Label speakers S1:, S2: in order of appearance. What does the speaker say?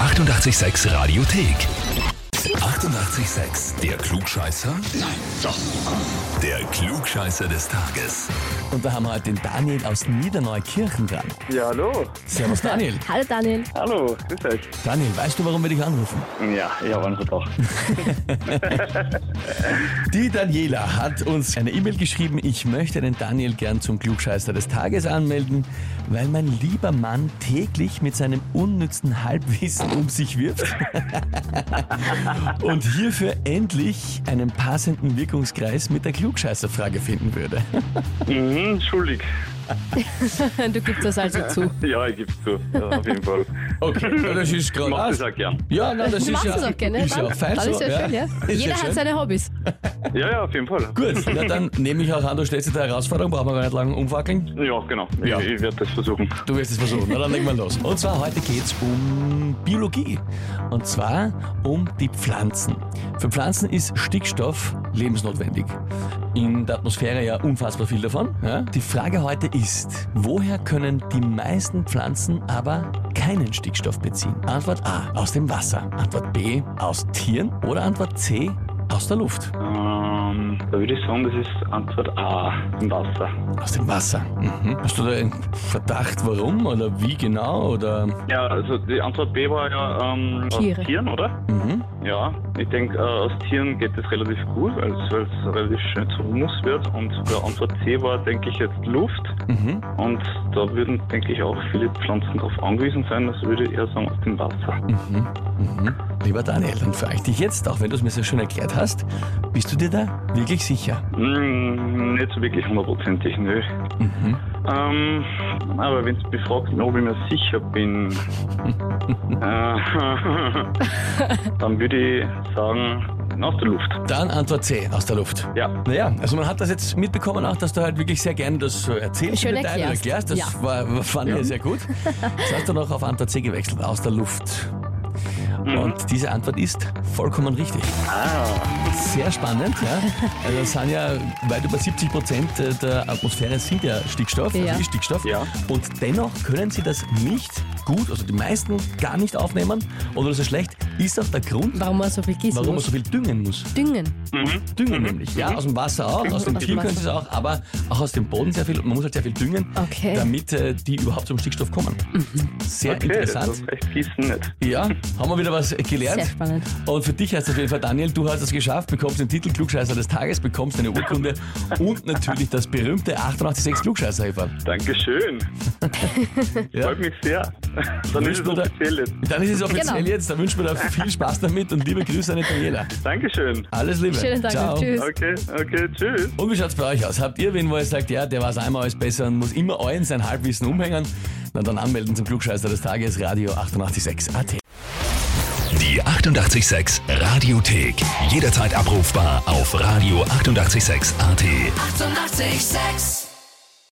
S1: 886 Radiothek. 88,6. Der Klugscheißer? Nein, doch. Der Klugscheißer des Tages.
S2: Und da haben wir heute den Daniel aus Niederneukirchen dran.
S3: Ja, hallo.
S2: Servus Daniel.
S4: Hallo Daniel.
S3: Hallo, grüß euch.
S2: Daniel, weißt du, warum wir dich anrufen?
S3: Ja, ich habe einen Verdacht.
S2: Die Daniela hat uns eine E-Mail geschrieben, ich möchte den Daniel gern zum Klugscheißer des Tages anmelden, weil mein lieber Mann täglich mit seinem unnützen Halbwissen um sich wirft und hierfür endlich einen passenden Wirkungskreis mit der Klugscheißerfrage finden würde.
S3: Mhm, schuldig.
S4: Du gibst das also zu.
S3: Ja, ich gebe zu. Ja, auf jeden Fall.
S2: Okay, das ist
S3: Ich mache das auch gern.
S2: Ja, na, das
S4: Du machst es auch gerne.
S2: Ist ja
S4: ne? Dann-
S2: auch fein
S4: dann
S2: so.
S4: ist ja, schön, ja.
S2: Ist
S4: Jeder
S2: ja schön.
S4: hat seine Hobbys.
S3: Ja, ja, auf jeden Fall.
S2: Gut, na dann nehme ich auch an, du stellst dir die Herausforderung, brauchen wir gar nicht lange umfackeln.
S3: Ja, genau.
S2: Ja.
S3: Ich, ich werde das versuchen.
S2: Du wirst es versuchen, na dann legen wir los. Und zwar heute geht's um Biologie. Und zwar um die Pflanzen. Für Pflanzen ist Stickstoff lebensnotwendig. In der Atmosphäre ja unfassbar viel davon. Ja? Die Frage heute ist, woher können die meisten Pflanzen aber keinen Stickstoff beziehen? Antwort A, aus dem Wasser. Antwort B, aus Tieren. Oder Antwort C, aus der Luft.
S3: Ähm, da würde ich sagen, das ist Antwort A im Wasser.
S2: Aus dem Wasser. Mhm. Hast du da einen Verdacht, warum oder wie genau? Oder
S3: Ja, also die Antwort B war ja ähm,
S4: Tiere.
S3: aus Tieren, oder?
S2: mhm.
S3: Ja, ich denke, äh, aus Tieren geht das relativ gut, weil es weil es relativ schnell zu Humus wird. Und bei Antwort C war, denke ich, jetzt Luft.
S2: Mhm.
S3: Und da würden, denke ich, auch viele Pflanzen darauf angewiesen sein. Das würde ich eher sagen aus dem Wasser.
S2: Mhm. Mhm. Lieber Daniel, dann frage ich dich jetzt, auch wenn du es mir sehr schön erklärt hast, bist du dir da wirklich sicher?
S3: Hm, nicht so wirklich hundertprozentig, nö.
S2: Mhm.
S3: Ähm, aber wenn es befragt, ob ich mir sicher bin, äh, dann würde ich sagen, aus der Luft.
S2: Dann Antwort C, aus der Luft.
S3: Ja,
S2: Naja, also man hat das jetzt mitbekommen auch, dass du halt wirklich sehr gerne das äh, erzählst
S4: Schön
S2: im Detail und
S4: erklärst.
S2: erklärst. Das war, fand ich sehr gut. Das hast du noch auf Antwort C gewechselt, aus der Luft. Und diese Antwort ist vollkommen richtig. Ah. Sehr spannend, ja. Also es sind ja weit über 70 Prozent der Atmosphäre sind ja Stickstoff,
S4: Ja.
S2: also ist Stickstoff.
S3: Ja.
S2: Und dennoch können sie das nicht gut, also die meisten gar nicht aufnehmen oder so schlecht, ist auch der Grund,
S4: Warum man so viel gießen
S2: warum man
S4: muss.
S2: so viel düngen muss.
S4: Düngen.
S3: Mhm.
S2: Düngen nämlich. Ja, aus dem Wasser auch, aus dem
S4: Mhm. Aus dem
S2: Tier können sie
S4: Wasser.
S2: es auch, aber auch aus dem Boden sehr viel. Man muss halt sehr viel düngen,
S4: Okay. Mhm.
S2: damit äh, die überhaupt zum Stickstoff kommen. Sehr
S3: okay, das
S2: interessant.
S3: ist echt Gießen nicht.
S2: Ja, haben wir wieder was äh, gelernt.
S4: Sehr spannend.
S2: Und für dich heißt es auf jeden Fall, Daniel, du hast es geschafft, bekommst den Titel Klugscheißer des Tages, bekommst eine Urkunde und natürlich das berühmte 886 klugscheißer -Häferl.
S3: Dankeschön. Freut mich sehr. Dann ist
S2: Wünschen
S3: es
S2: wir da-
S3: offiziell jetzt.
S2: Dann ist es offiziell
S4: Genau.
S2: jetzt, dann wünschen wir dir viel Spaß damit und liebe Grüße an die Daniela.
S3: Dankeschön.
S2: Alles Liebe.
S4: Schönen Tag
S2: Ciao.
S4: noch. Tschüss.
S3: Okay, okay, tschüss.
S2: Und wie schaut's bei euch aus? Habt ihr wen, wo ihr sagt, ja, der war's einmal alles besser und muss immer allen sein Halbwissen umhängen? Na dann anmelden zum Klugscheißer des Tages, Radio 886 AT.
S1: Die 88,6 Radiothek. Jederzeit abrufbar auf radio886.at. 88,6.
S5: Eighty-eight, sex.